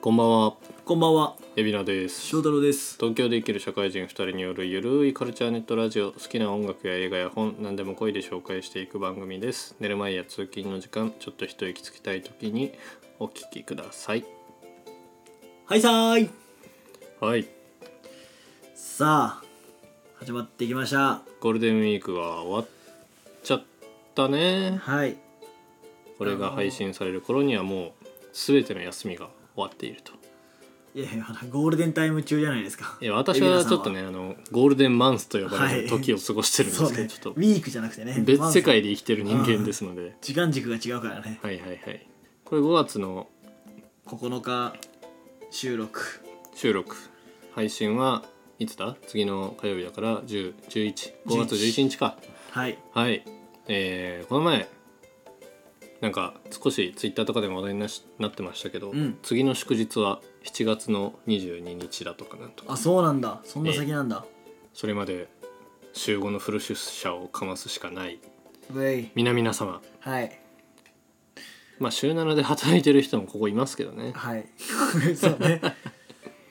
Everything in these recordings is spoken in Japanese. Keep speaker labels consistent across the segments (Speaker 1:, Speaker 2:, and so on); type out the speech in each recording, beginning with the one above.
Speaker 1: こんばんは、
Speaker 2: こんばんは、
Speaker 1: エビナです。
Speaker 2: 翔太郎です。
Speaker 1: 東京で生きる社会人2人によるゆるいカルチャーネットラジオ好きな音楽や映画や本何でも恋で紹介していく番組です寝る前や通勤の時間ちょっと一息つきたい時にお聞きください
Speaker 2: はいさーい。
Speaker 1: はい
Speaker 2: さあ、始まってきました。
Speaker 1: ゴールデンウィークが終わっちゃったね
Speaker 2: はい。
Speaker 1: これが配信される頃にはもう全ての休みが終わっていると
Speaker 2: いやいや、ゴールデンタイム中じゃないですか。
Speaker 1: いや私はちょっとねあのゴールデンマンスと呼ばれ
Speaker 2: は
Speaker 1: る
Speaker 2: い
Speaker 1: 時を過ごして
Speaker 2: エ
Speaker 1: る
Speaker 2: ビ
Speaker 1: ん
Speaker 2: ナ
Speaker 1: で
Speaker 2: さん
Speaker 1: すけど、
Speaker 2: は、そうね
Speaker 1: ちょっと
Speaker 2: ウィークじゃなくてね。
Speaker 1: 別世界
Speaker 2: で。
Speaker 1: で生きてる人間ですので
Speaker 2: 時間軸が違うからね。
Speaker 1: はいはいはいこれ5月の
Speaker 2: 9日収録。
Speaker 1: 収録配信はいつだ次の火曜日だから10 11 5月11日か
Speaker 2: はい。
Speaker 1: はいえー、この前なんか少しツイッターとかでも話題になしなってましたけど、
Speaker 2: うん
Speaker 1: 次の祝日は7月の22日だとかなんとか
Speaker 2: あ、そうなんだ。そんな先なんだ。
Speaker 1: それまで週5のフル出社をかますしかない
Speaker 2: ウェイ。
Speaker 1: 皆々様
Speaker 2: はい。
Speaker 1: まあ週7で働いてる人もここいますけどね
Speaker 2: はい。 そうね。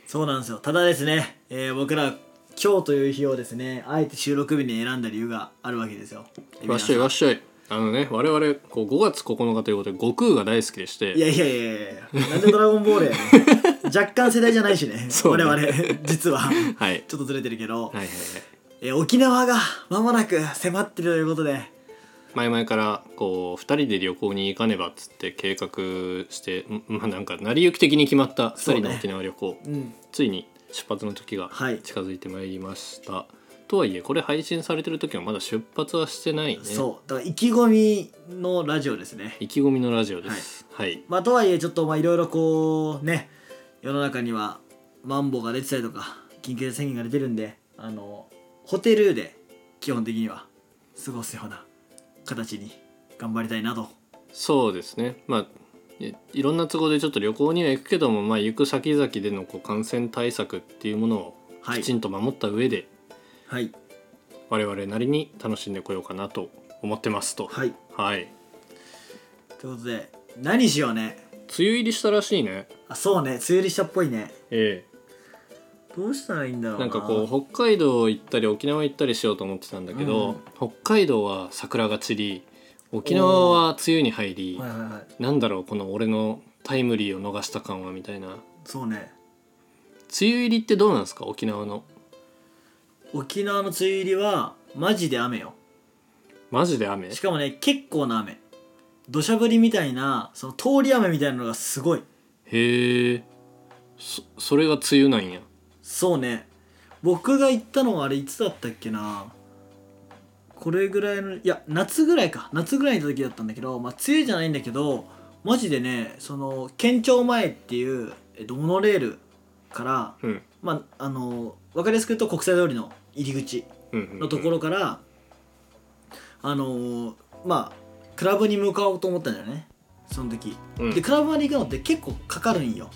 Speaker 2: そうなんですよ。ただですね、えー僕ら今日という日をですね、あえて収録日に選んだ理由があるわけですよ。エビ
Speaker 1: わ
Speaker 2: ナ
Speaker 1: っ
Speaker 2: さん
Speaker 1: しょいわっしょいあのね我々こう5月9日ということで悟空が大好きでして
Speaker 2: いやいやいやいやなんでドラゴンボールやねん若干世代じゃないしね
Speaker 1: そうね
Speaker 2: 我々実は
Speaker 1: はい
Speaker 2: ちょっとずれてるけど、
Speaker 1: はいはいはい
Speaker 2: えー沖縄が間もなく迫ってるということで
Speaker 1: 前々からこう2人で旅行に行かねばっつって計画してんまあなんか成り行き的に決まった2人
Speaker 2: そう
Speaker 1: の
Speaker 2: ね
Speaker 1: 沖縄旅行、
Speaker 2: うん
Speaker 1: ついに出発の時が
Speaker 2: はい
Speaker 1: 近づいてまいりました、とはいえこれ配信されてる時はまだ出発はしてないね
Speaker 2: そうだから意気込みのラジオですね
Speaker 1: 意気込みのラジオですはい、
Speaker 2: まあとはいえちょっとまあいろいろこうね世の中にはマンボウが出てたりとか緊急事態宣言が出てるんであのホテルで基本的には過ごすような形に頑張りたいなと
Speaker 1: そうですねまあいいろんな都合でちょっと旅行には行くけども、まあ、行く先々でのこう感染対策っていうものを
Speaker 2: は
Speaker 1: き
Speaker 2: い
Speaker 1: ちんと守った上で、
Speaker 2: はい
Speaker 1: 我々なりに楽しんでこようかなと思ってますと
Speaker 2: はい
Speaker 1: はい
Speaker 2: ということで何しようね
Speaker 1: 梅雨入りしたらしいね
Speaker 2: あそうね梅雨入りしたっぽいね
Speaker 1: え
Speaker 2: どうしたらいいんだろ
Speaker 1: え
Speaker 2: う
Speaker 1: な
Speaker 2: なん
Speaker 1: かこう北海道行ったり沖縄行ったりしようと思ってたんだけど、
Speaker 2: うん
Speaker 1: 北海道は桜が散り沖縄は梅雨に入り、
Speaker 2: はいはいはい
Speaker 1: なんだろうこの俺のタイムリーを逃した感はみたいな梅
Speaker 2: そうね
Speaker 1: 雨入りってどうなんですか沖縄の
Speaker 2: 沖縄の梅雨入りはマジで雨よ
Speaker 1: マジで雨
Speaker 2: しかもね結構な雨土砂降りみたいなその通り雨みたいなのがすごい
Speaker 1: へえそそれが梅雨なんや
Speaker 2: そうね僕が行ったのはあれいつだったっけなこれぐらいのいや夏ぐらいか夏ぐらいの時だったんだけどまあ梅雨じゃないんだけどマジでねその県庁前っていうえっとモノレールから
Speaker 1: うん
Speaker 2: まああの分かりやすく言うと国際通りの入り口
Speaker 1: うんうんうん
Speaker 2: のところから、あのーまあクラブに向かおうと思ったんだよねその時、
Speaker 1: うん
Speaker 2: でクラブまで行くのって結構かかるんよ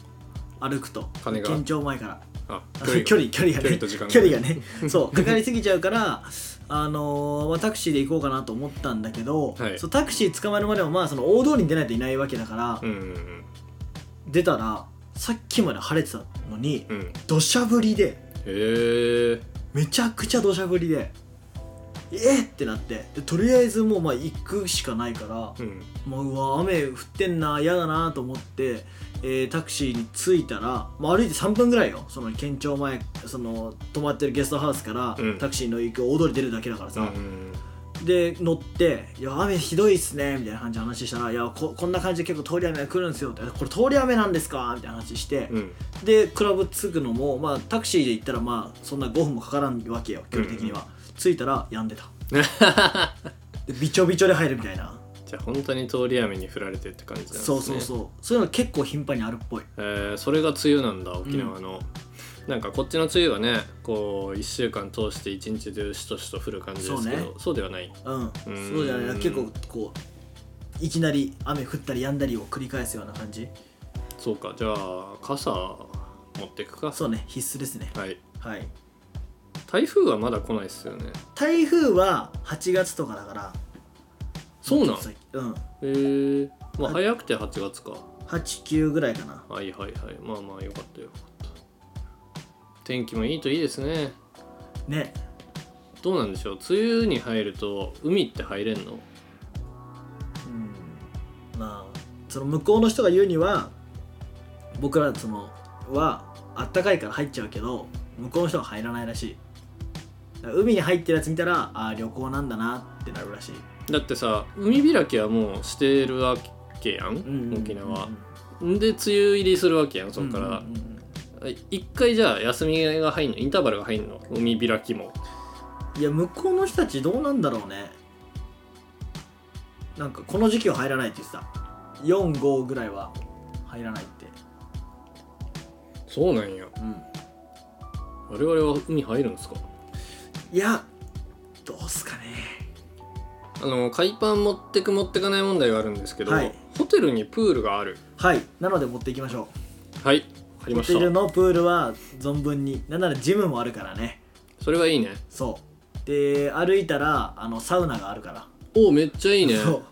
Speaker 2: 歩くと
Speaker 1: 金が
Speaker 2: 県庁前から
Speaker 1: あ
Speaker 2: あの 距離距離が
Speaker 1: 距離
Speaker 2: ね
Speaker 1: と時間が
Speaker 2: 距離 がねそうかかりすぎちゃうからあのーまあ、タクシーで行こうかなと思ったんだけど、
Speaker 1: はい
Speaker 2: そうタクシー捕まるまでもまあその大通りに出ないといないわけだから、
Speaker 1: うんうん
Speaker 2: 出たらさっきまで晴れてたのに、
Speaker 1: うんうん
Speaker 2: 土砂降りで
Speaker 1: へえ
Speaker 2: めちゃくちゃ土砂降りでえっってなってでとりあえずもうまあ行くしかないから、
Speaker 1: うん
Speaker 2: もううわ雨降ってんな嫌だなと思って、えータクシーに着いたら、まあ、歩いて3分ぐらいよその県庁前その泊まってるゲストハウスから、
Speaker 1: うん
Speaker 2: タクシーの行く大通り出るだけだから
Speaker 1: う
Speaker 2: さ、
Speaker 1: ん
Speaker 2: で乗って「いや雨ひどいっすね」みたいな感じの話したら「いやここんな感じで結構通り雨が来るんですよ」って「これ通り雨なんですか?」みたいな話して、
Speaker 1: うん
Speaker 2: でクラブ着くのも、まあ、タクシーで行ったらまあそんな5分もかからんわけよ距離的には、着いたらやんでたでびちょびちょで入るみたいな
Speaker 1: じゃあ本当に通り雨に降られてって感じなんですね
Speaker 2: そうそうそうそういうの結構頻繁にあるっぽい
Speaker 1: えーそれが梅雨なんだ沖縄の、なんかこっちの梅雨はねこう1週間通して一日中しとしと降る感じですけど
Speaker 2: そ,、
Speaker 1: そう
Speaker 2: ね
Speaker 1: ではない
Speaker 2: うん
Speaker 1: ん
Speaker 2: そうじゃない結構こういきなり雨降ったりやんだりを繰り返すような感じ
Speaker 1: そうかじゃあ傘持ってくか
Speaker 2: そうね必須ですね
Speaker 1: はい
Speaker 2: はい
Speaker 1: 台風はまだ来ないですよね
Speaker 2: 台風は8月とかだから
Speaker 1: そうなん
Speaker 2: うん
Speaker 1: へえまあ
Speaker 2: あ
Speaker 1: 早くて8月か
Speaker 2: 89ぐらいかな
Speaker 1: はいはいはいまあまあよかったよかった天気もいいといいですね
Speaker 2: ね
Speaker 1: どうなんでしょう梅雨に入ると海って入れんの
Speaker 2: うんまあその向こうの人が言うには僕らそのはあったかいから入っちゃうけど向こうの人は入らないらしいだから海に入ってるやつ見たらああ旅行なんだなってなるらしい、
Speaker 1: だってさ海開きはもうしてるわけやん、
Speaker 2: うんうんうん
Speaker 1: 沖縄で梅雨入りするわけやんそっから
Speaker 2: うんうんうん
Speaker 1: 一回じゃあ休みが入んのインターバルが入んの海開きも
Speaker 2: いや向こうの人たちどうなんだろうねなんかこの時期は入らないって言ってた45ぐらいは入らないって
Speaker 1: そうなんや
Speaker 2: うん
Speaker 1: 我々は海入るんですか
Speaker 2: いやどうすかね
Speaker 1: あの海パン持ってく持ってかない問題があるんですけど、
Speaker 2: はい
Speaker 1: ホテルにプールがある
Speaker 2: はいなので持っていきましょ
Speaker 1: はいわか
Speaker 2: う
Speaker 1: り
Speaker 2: ホ
Speaker 1: ま
Speaker 2: テ
Speaker 1: し
Speaker 2: ル
Speaker 1: た
Speaker 2: のプールは存分になんならジムもあるからね
Speaker 1: それはいいね
Speaker 2: そうで歩いたらあのサウナがあるから
Speaker 1: おめっちゃいいね
Speaker 2: そう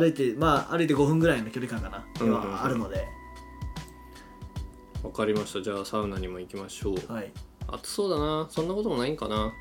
Speaker 2: 歩いてまあ歩いて5分ぐらいの距離感かな、
Speaker 1: うんうんうん
Speaker 2: はあるので
Speaker 1: わかりましたじゃあサウナにも行きましょう
Speaker 2: はい
Speaker 1: 暑そうだなそんなこともないんかな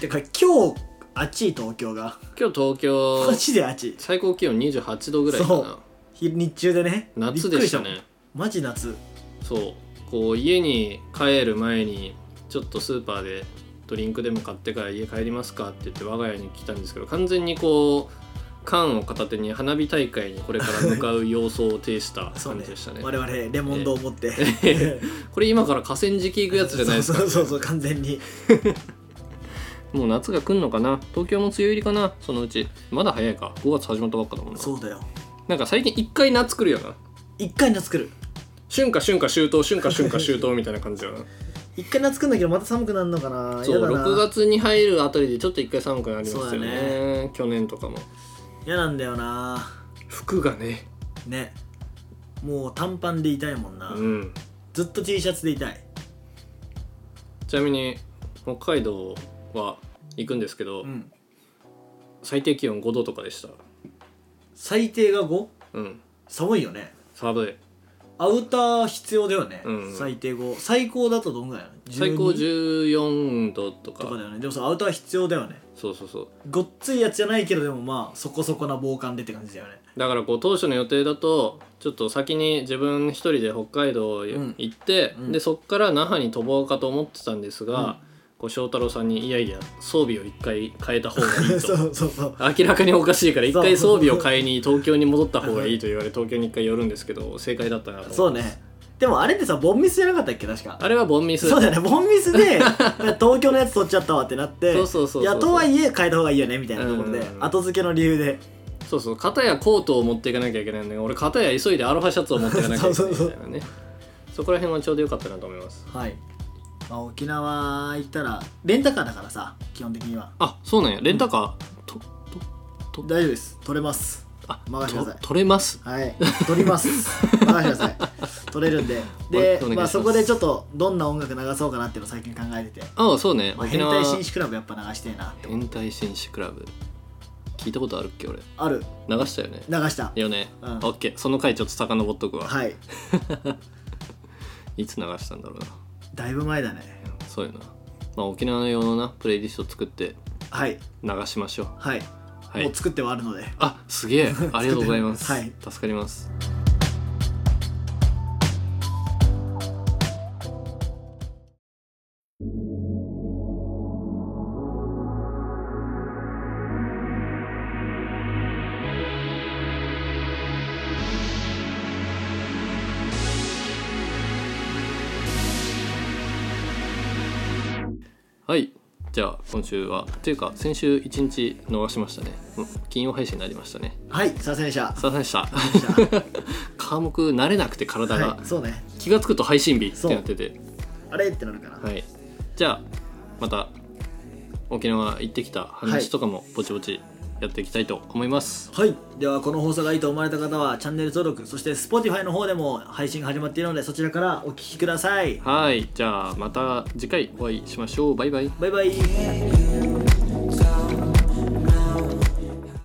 Speaker 2: てか今日暑い東京が
Speaker 1: 今日東京
Speaker 2: マジで暑い
Speaker 1: 最高気温28度ぐらい
Speaker 2: そう
Speaker 1: か
Speaker 2: 日日中でね
Speaker 1: な夏でした
Speaker 2: びっくり
Speaker 1: ね
Speaker 2: もんマジ夏
Speaker 1: そうこう家に帰る前にちょっとスーパーでドリンクでも買ってから家帰りますかって言って我が家に来たんですけど完全にこう缶を片手に花火大会にこれから向かう様相を呈した
Speaker 2: そう
Speaker 1: 感
Speaker 2: ね
Speaker 1: じでしたね
Speaker 2: 我々レモンドを持って、
Speaker 1: え これ今から河川敷行くやつじゃないですか
Speaker 2: そうそうそうそう完全に
Speaker 1: もう夏が来んのかな東京も梅雨入りかなそのうちまだ早いか5月始まったばっかだもんな
Speaker 2: そうだよ
Speaker 1: なんか最近一回夏来るよな
Speaker 2: 一回夏来る
Speaker 1: 春夏春夏秋冬春夏春夏秋冬みたいな感じだよな
Speaker 2: 一回夏来るんだけどまた寒くなるのかな
Speaker 1: そ
Speaker 2: 嫌
Speaker 1: う
Speaker 2: だな
Speaker 1: 6月に入るあたりでちょっと一回寒くなります
Speaker 2: そ
Speaker 1: よ
Speaker 2: うだ
Speaker 1: ね去年とかも
Speaker 2: 嫌なんだよな
Speaker 1: 服がね
Speaker 2: ねもう短パンでいたいもんな、
Speaker 1: うん
Speaker 2: ずっと T シャツでいたい
Speaker 1: ちなみに北海道は行くんですけど、
Speaker 2: うん
Speaker 1: 最低気温5度とかでした
Speaker 2: 最低が 5?
Speaker 1: うん
Speaker 2: 寒いよね
Speaker 1: 寒い
Speaker 2: アウター必要だよね、
Speaker 1: うん
Speaker 2: 最低5最高だとどんぐらいなの
Speaker 1: 最高14度とか
Speaker 2: とかだよねでもさアウター必要だよね
Speaker 1: そうそうそう
Speaker 2: ごっついやつじゃないけどでもまあそこそこな防寒でって感じだよね
Speaker 1: だからこう当初の予定だとちょっと先に自分一人で北海道
Speaker 2: ん
Speaker 1: 行って、
Speaker 2: うん
Speaker 1: でそっから那覇に飛ぼうかと思ってたんですが、
Speaker 2: うん
Speaker 1: こう翔太郎さんにいやいや装備を一回変えた方がいい
Speaker 2: そ
Speaker 1: と
Speaker 2: うそうそう
Speaker 1: 明らかにおかしいから一回装
Speaker 2: そう
Speaker 1: 備を買いに東京に戻った方がいいと言われ東京に一回寄るんですけど正解だったなと
Speaker 2: そうねでもあれってさボンミスじゃなかったっけ確か
Speaker 1: あれはボンミス
Speaker 2: そうだよねボンミス で東京のやつ取っちゃったわってなって
Speaker 1: そうそうそうそう
Speaker 2: いやとはいえ変えた方がいいよねみたいなところ
Speaker 1: う
Speaker 2: で
Speaker 1: んうんうん
Speaker 2: 後付けの理由で
Speaker 1: そうそう片やコートを持っていかなきゃいけないんだけど俺片や急いでアロハシャツを持っていかなきゃいけないみたいなねそこら辺はちょうどよかったなと思います
Speaker 2: はい、まあ、沖縄行ったらレンタカーだからさ基本的には
Speaker 1: あそうなんやレンタカー、とと
Speaker 2: 大丈夫です取れます
Speaker 1: あ
Speaker 2: 任せてください
Speaker 1: と取れます
Speaker 2: はい取ります 任せてください取れるんで
Speaker 1: お
Speaker 2: で
Speaker 1: お願いします
Speaker 2: まあそこでちょっとどんな音楽流そうかなっていうのを最近考えてて、
Speaker 1: ああそうね
Speaker 2: まあ、
Speaker 1: 沖
Speaker 2: 変
Speaker 1: 縄
Speaker 2: 態紳士クラブやっぱ流してえなって
Speaker 1: 変態紳士クラブ聞いたことあるっけ俺
Speaker 2: ある
Speaker 1: 流したよね
Speaker 2: 流した
Speaker 1: よね、
Speaker 2: うん
Speaker 1: オッケーその回ちょっと遡っとくわ、
Speaker 2: はい
Speaker 1: い、つ流したんだろうな
Speaker 2: だいぶ前だね
Speaker 1: そうやなまあ沖縄用のなプレイリスト作って
Speaker 2: はい
Speaker 1: 流しましょう
Speaker 2: はい、
Speaker 1: はい
Speaker 2: もう作ってはあるので
Speaker 1: あす げえありがとうございます、
Speaker 2: はい
Speaker 1: 助かりますはいじゃあ今週はというか先週1日逃しましたねうん金曜配信になりましたね
Speaker 2: はいすいませんでした
Speaker 1: すいませんでした 科目慣れなくて体が、
Speaker 2: はい、そうね
Speaker 1: 気がつくと配信日ってなってて
Speaker 2: あれってなるから、
Speaker 1: はいじゃあまた沖縄行ってきた話とかもぼちぼちやっていきたいと思います、
Speaker 2: はい、ではこの放送がいいと思われた方はチャンネル登録そして Spotify の方でも配信が始まっているのでそちらからお聞きください
Speaker 1: はいじゃあまた次回お会いしましょうバイバイ
Speaker 2: バイバイ